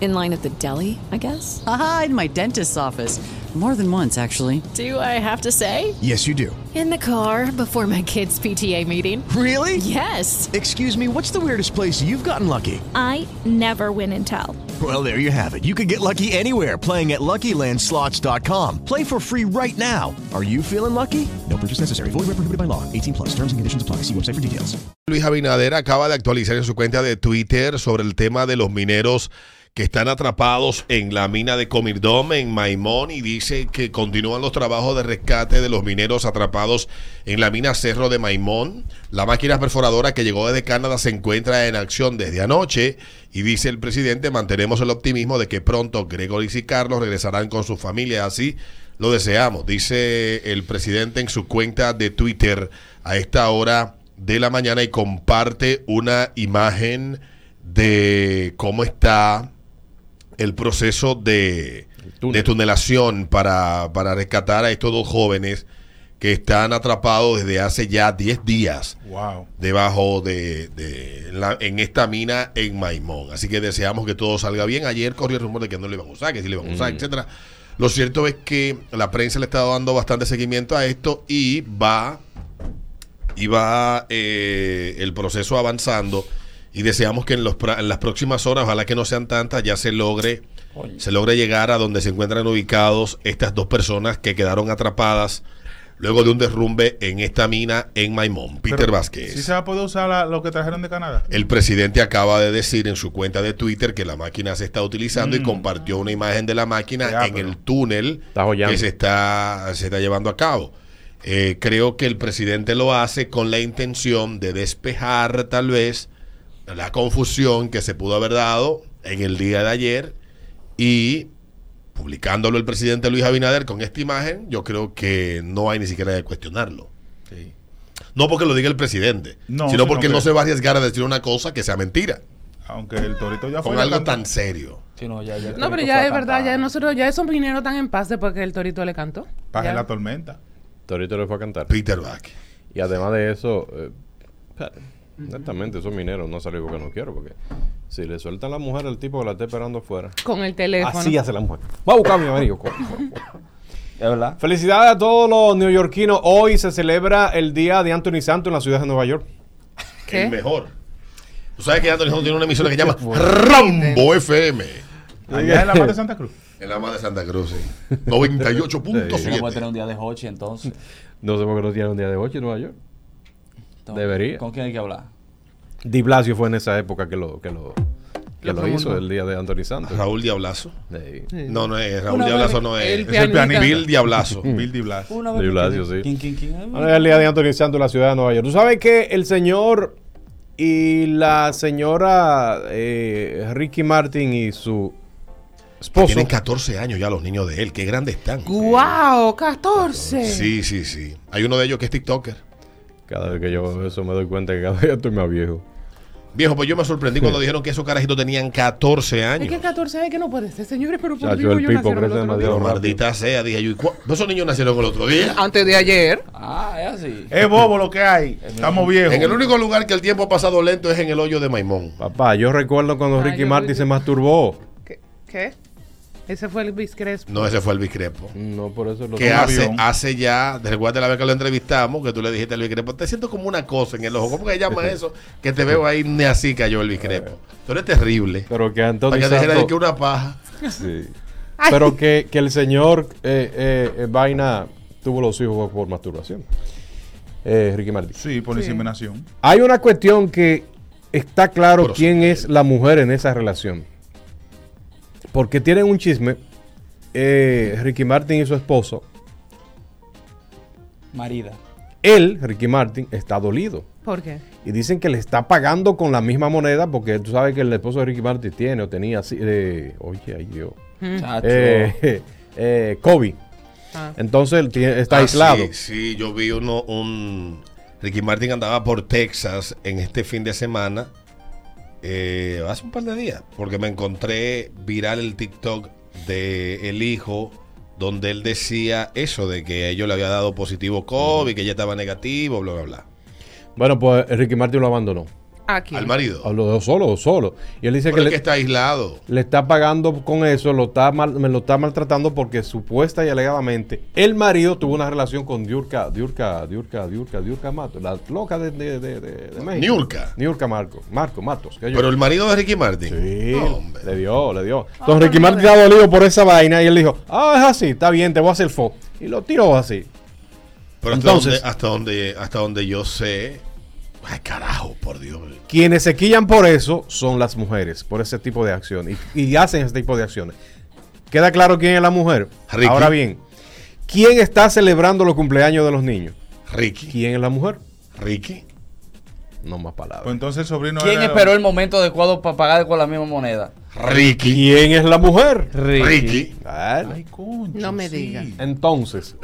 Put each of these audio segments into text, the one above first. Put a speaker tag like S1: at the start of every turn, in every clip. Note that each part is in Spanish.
S1: In line at the deli, I guess?
S2: Aha, in my dentist's office. More than once, actually.
S1: Do I have to say?
S3: Yes, you do.
S1: In the car before my kids' PTA meeting.
S3: Really?
S1: Yes.
S3: Excuse me, what's the weirdest place you've gotten lucky?
S4: I never win and tell.
S3: Well, there you have it. You can get lucky anywhere playing at LuckyLandSlots.com. Play for free right now. Are you feeling lucky? No purchase necessary. Void where prohibited by law. 18 plus. Terms and conditions apply. See website for details.
S5: Luis Abinader acaba de actualizar en su cuenta de Twitter sobre el tema de los mineros que están atrapados en la mina de Comirdom en Maimón y dice que continúan los trabajos de rescate de los mineros atrapados en la mina Cerro de Maimón. La máquina perforadora que llegó desde Canadá se encuentra en acción desde anoche y dice el presidente mantenemos el optimismo de que pronto Gregory y Carlos regresarán con sus familias así. Lo deseamos, dice el presidente en su cuenta de Twitter a esta hora de la mañana y comparte una imagen de cómo está el proceso de, de tunelación para, para rescatar a estos dos jóvenes que están atrapados desde hace ya 10 días debajo de, de la- en esta mina en Maimón. Así que deseamos que todo salga bien. Ayer corrió el rumor de que no le iban a usar, que sí le iban a
S6: Mm.
S5: usar, etcétera. Lo cierto es que la prensa le está dando bastante seguimiento a esto y va y va eh, el proceso avanzando y deseamos que en, los, pra- en las próximas horas, ojalá que no sean tantas, ya se logre se logre llegar a donde se encuentran ubicados estas dos personas que quedaron atrapadas luego de un derrumbe en esta mina en Maimón. Peter
S6: Pero,
S5: Vázquez.
S6: ¿Sí se va a poder usar la- lo que trajeron de Canadá?
S5: El presidente acaba de decir en su cuenta de Twitter que la máquina se está utilizando y compartió una imagen de la máquina
S6: Mm. Ya,
S5: en
S6: pero-
S5: el túnel
S7: Está joyando.
S5: que se está, se está llevando a cabo. Eh, creo que el presidente lo hace con la intención de despejar tal vez la confusión que se pudo haber dado en el día de ayer y publicándolo el presidente Luis Abinader con esta imagen, yo creo que no hay ni siquiera de cuestionarlo. No porque lo diga el presidente,
S6: No,
S5: sino
S6: sino
S5: porque
S6: que-
S5: no se va a arriesgar a decir una cosa que sea mentira,
S6: Aunque el torito ya fue.
S5: con algo tan serio.
S8: No, pero ya es verdad, ya nosotros, ya esos mineros están en paz después que el torito le cantó.
S6: Paje
S8: Ya.
S6: la tormenta.
S7: Torito le fue a cantar.
S5: Peter Back.
S7: Y además de eso, eh, espérate, exactamente, esos mineros no salió porque no quiero, porque si le sueltan la mujer al tipo que la está esperando afuera,
S8: Con el teléfono.
S7: así hace la mujer. Va a buscar a mi marido. co-
S9: Es verdad.
S7: Felicidades a todos los neoyorquinos. Hoy se celebra el día de Anthony Santos en la ciudad de Nueva York.
S8: ¿Qué?
S5: El mejor. Tú sabes que Anthony Santos tiene una emisora que se llama Rambo FM.
S6: Allá en la mar de Santa Cruz.
S5: En la madre de Santa Cruz, sí.
S9: Yo no puedo tener
S5: 98.7.
S9: un día de Hochi entonces.
S7: No sé por qué no tiene un día de hoy en Nueva York.
S9: Entonces,
S7: Debería.
S9: ¿Con quién hay que hablar?
S7: Di Blasio fue en esa época que lo, que lo, que
S8: Lo
S7: lo
S8: promulgó.
S7: hizo el día de Anthony Santos.
S5: Raúl Diablazo.
S7: Sí.
S5: No, no es Raúl
S8: Una
S5: Diablazo,
S8: vez-
S5: no eh,
S8: el
S5: es. Es el
S8: pianista.
S5: pianista. Bill Diablazo.
S6: Bill Di Blas.
S9: Una
S7: De
S9: me
S7: Blasio,
S9: quedé-
S7: sí.
S9: ¿Quién, quién, quién?
S7: Bueno, es el día de Anthony Santos en la ciudad de Nueva York. Tú sabes que el señor y la señora eh, Ricky Martin y su esposo
S5: Tienen 14 años ya los niños de él. Qué grandes están.
S8: ¡Guau! ¡14!
S5: Sí, sí, sí. Hay uno de ellos que es TikToker.
S7: Cada vez que yo veo eso me doy cuenta que cada vez estoy más viejo.
S5: Viejo, pues yo me sorprendí cuando dijeron que esos carajitos tenían 14
S8: Es que
S5: años.
S8: 14 años que no puede ser, señores, pero por
S7: Chacho,
S8: Dios,
S7: el
S8: yo
S7: pipo
S8: nacieron el
S7: crece
S8: otro día.
S5: Pero
S7: demasiado.
S5: maldita sea, dije yo. ¿y cua- ¿Esos niños nacieron el otro día?
S8: Antes de ayer.
S9: Ah, es así.
S6: Es bobo lo que hay. Estamos viejos.
S5: En el único lugar que el tiempo ha pasado lento es en el hoyo de Maimón.
S7: Papá, yo recuerdo cuando
S8: Ay,
S7: Ricky
S8: yo
S7: Martin
S8: creo
S7: se
S8: que-
S7: masturbó.
S8: ¿Qué? ¿Qué? Ese fue el Biscrespo.
S5: No, ese fue el Biscrepo.
S7: No, por eso lo
S5: que
S6: un
S5: hace,
S6: avión.
S5: hace ya, recuerda la vez que lo entrevistamos, que tú le dijiste al Biscrepo, te siento como una cosa en el ojo, ¿cómo que se llama eso? Que te veo ahí, ni así cayó el Biscrepo. Tú eres terrible.
S7: Pero que
S5: Para
S7: Anthony
S5: que dijera de que
S7: Santos...
S5: una paja.
S7: Sí. Pero que, que el señor eh, eh, eh, Vaina tuvo los hijos por masturbación. Eh, Ricky Martin.
S6: Sí, por inseminación.
S7: Hay una cuestión que está claro
S5: Pero
S7: quién es la mujer en esa relación. Porque tienen un chisme. eh, Ricky Martin y su esposo.
S9: Marida.
S7: él, Ricky Martin, está dolido.
S8: ¿Por qué?
S7: Y dicen que le está pagando con la misma moneda porque tú sabes que el esposo de Ricky Martin tiene o tenía así. eh, oye, ay Dios.
S5: Mm. Chacho.
S7: Eh, eh, COVID.
S5: Ah.
S7: Entonces él tiene- está
S5: Ah,
S7: aislado.
S5: Sí, sí, yo vi uno, un. Ricky Martin andaba por Texas en este fin de semana. eh, hace un par de días. Porque me encontré viral el TikTok de El Hijo. Donde él decía eso de que ellos le había dado positivo COVID, que ella estaba negativo, bla, bla, bla.
S7: Bueno, pues Ricky Martin lo abandonó.
S8: Aquí.
S5: Al marido.
S7: A los dos solos, dos solos. Y él dice que,
S5: Pero es que
S7: le,
S5: está aislado.
S7: le está pagando con eso, lo está mal- me lo está maltratando porque supuesta y alegadamente el marido tuvo una relación con Diurka, Diurka, Diurka, Diurka, Diurka Matos, la loca de, de, de, de- de México.
S5: Niurka.
S7: Niurka Marco, Marco Matos. que yo-
S5: Pero el marido de Ricky Martin.
S7: Sí, le dio, le dio. Entonces Ricky Martin está dolido por esa vaina y él dijo, ah, es así, está bien, te voy a hacer fo. Y lo tiró así.
S5: Pero hasta,
S7: Entonces-
S5: donde, hasta, donde, hasta donde yo sé. Ay, carajo, por Dios.
S7: Quienes se quillan por eso son las mujeres, por ese tipo de acción. Y, y hacen ese tipo de acciones. ¿Queda claro quién es la mujer?
S5: Ricky.
S7: Ahora bien, ¿quién está celebrando los cumpleaños de los niños?
S5: Ricky.
S7: ¿Quién es la mujer?
S5: Ricky.
S7: No más palabras.
S6: Pues entonces el sobrino
S9: ¿Quién
S6: era-
S9: esperó el momento adecuado para pagar con la misma moneda?
S5: Ricky.
S7: ¿Quién es la mujer? Ricky.
S5: Ricky.
S8: No me digas.
S7: Entonces,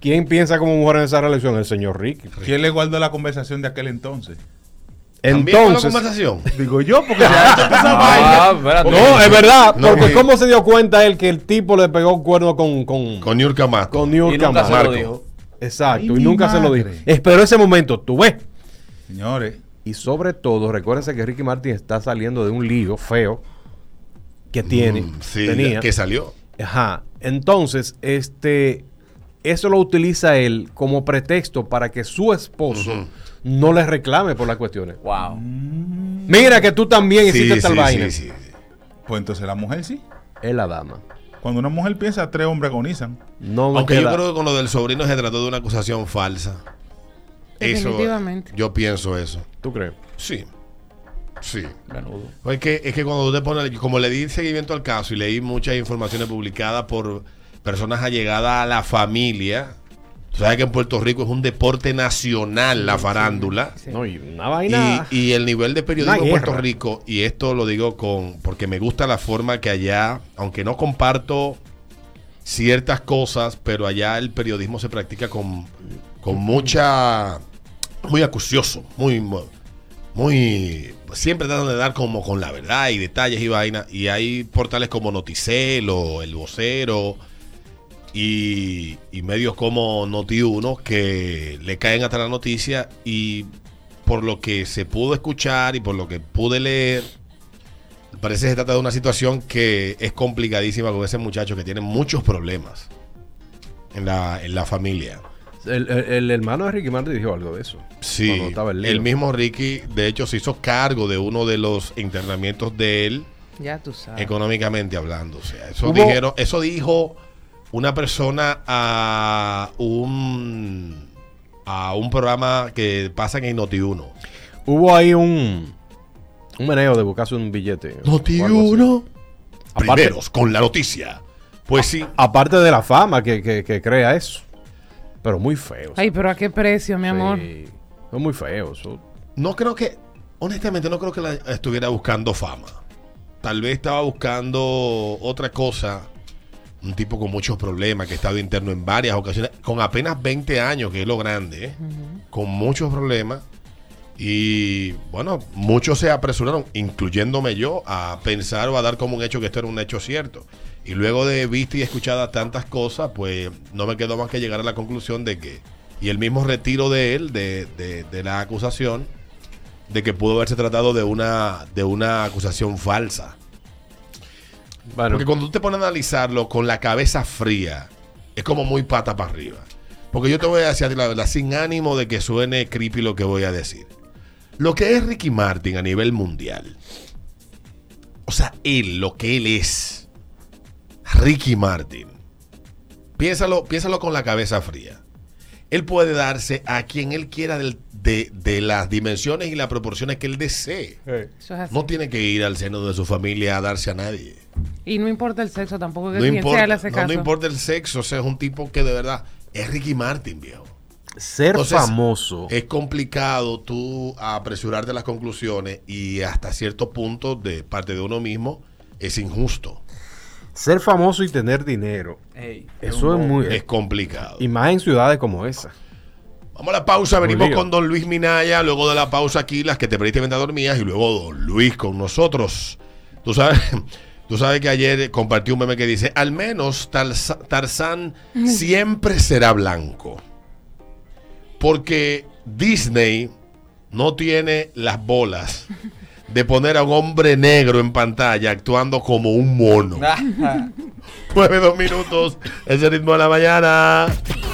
S7: ¿quién piensa como mujer en esa relación? El señor Ricky.
S6: ¿Quién le guardó la conversación de aquel entonces?
S7: ¿También fue la Ah, Entonces-
S5: conversación?
S6: Digo yo, porque ya esto pasa vaina.
S7: No, eh, es verdad.
S6: No,
S7: porque
S6: sí.
S7: ¿cómo se dio cuenta él que el tipo le pegó un cuerno con... Con,
S5: con Niurka Matos.
S7: Con Niurka
S6: Y nunca se lo
S7: Matos.
S6: dijo.
S7: Exacto,
S6: Ay,
S7: y
S6: mi
S7: nunca se lo dijo.
S6: madre.
S7: Esperó ese momento, tú ves.
S6: Señores.
S7: Y sobre todo, recuérdense que Ricky Martin está saliendo de un lío feo que tiene.
S5: Mm, sí,
S7: tenía.
S5: que salió.
S7: Ajá. Entonces, este, eso lo utiliza él como pretexto para que su esposo no le reclame por las cuestiones.
S9: Wow.
S7: Mira que tú también hiciste tal vaina.
S6: Pues entonces la mujer sí.
S7: Es la dama.
S6: Cuando una mujer piensa, tres hombres agonizan.
S7: No
S5: Aunque yo creo que con lo del sobrino se trató de una acusación falsa. Eso,
S8: Definitivamente.
S5: yo pienso eso.
S7: ¿Tú crees?
S5: Sí. Sí. Es que, es que cuando tú te pones, como le di seguimiento al caso y leí muchas informaciones publicadas por personas allegadas a la familia, tú sabes que en Puerto Rico es un deporte nacional la farándula.
S7: No, y una vaina.
S5: Y, y el nivel de periodismo
S7: Una
S5: en Puerto
S7: guerra.
S5: Rico, y esto lo digo con porque me gusta la forma que allá, aunque no comparto ciertas cosas, pero allá el periodismo se practica con, con mucha. muy acucioso, muy. muy siempre tratan de dar como con la verdad y detalles y vaina. Y hay portales como Noticelo, El Vocero. Y, y medios como Noti1 que le caen hasta la noticia y por lo que se pudo escuchar y por lo que pude leer, parece que se trata de una situación que es complicadísima con ese muchacho que tiene muchos problemas en la, en la familia.
S7: El, el- el hermano de Ricky Martin dijo algo de eso.
S5: Sí,
S7: Cuando estaba el
S5: el,
S7: lío.
S5: mismo Ricky, de hecho, se hizo cargo de uno de los internamientos de él,
S8: Ya tú sabes.
S5: económicamente hablando. O sea, eso,
S7: Hubo-
S5: dijeron, eso dijo una persona a un, a un programa que pasa en Noti1.
S7: Hubo ahí un, un meneo de buscarse un billete.
S5: Noti
S7: o algo así.
S5: uno.
S7: Aparte-
S5: Primeros con la noticia. Pues sí.
S7: Aparte de la fama que, que- que crea eso. Pero muy feo.
S8: Ay, pero a qué precio, mi amor.
S7: Sí. Es muy feo. eso.
S5: No creo que, honestamente, no creo que la estuviera buscando fama. Tal vez estaba buscando otra cosa. Un tipo con muchos problemas, que ha estado interno en varias ocasiones, con apenas 20 años, que es lo grande, ¿eh? con muchos problemas. Y bueno, muchos se apresuraron, incluyéndome yo, a pensar o a dar como un hecho que esto era un hecho cierto. Y luego de vista y escuchada tantas cosas, pues no me quedó más que llegar a la conclusión de que, y el mismo retiro de él, de, de- de la acusación, de que pudo haberse tratado de una, de una acusación falsa.
S7: Bueno,
S5: Porque cuando tú te pones a analizarlo con la cabeza fría, es como muy pata para arriba. Porque yo te voy a decir a ti la verdad, sin ánimo de que suene creepy lo que voy a decir. Lo que es Ricky Martin a nivel mundial. O sea, él, lo que él es. Ricky Martin. Piénsalo, piénsalo con la cabeza fría. Él puede darse a quien él quiera del- de, de las dimensiones y las proporciones que él desee.
S7: eh,
S8: Eso es así.
S5: No tiene que ir al seno de su familia a darse a nadie.
S8: Y no importa el sexo tampoco que
S5: No
S8: quien sea
S5: importa,
S8: le hace
S5: no,
S8: caso.
S5: no importa el sexo, o sea, es un tipo que de verdad es Ricky Martin, viejo.
S7: ser
S5: Entonces,
S7: famoso.
S5: Es complicado tú apresurarte a las conclusiones y hasta cierto punto de parte de uno mismo es injusto.
S7: Ser famoso y tener dinero. Eso es muy.
S5: Es complicado.
S7: Y más en ciudades como esa.
S5: Vamos a la pausa, venimos
S7: lío.
S5: con Don Luis Minaya, luego de la pausa aquí, las que te perdiste mientras dormías, y luego Don Luis con nosotros. Tú sabes, tú sabes que ayer compartí un meme que dice, al menos Tarza- Tarzán siempre será blanco. Porque Disney no tiene las bolas de poner a un hombre negro en pantalla actuando como un mono. Nueve, dos minutos, ese ritmo de la mañana.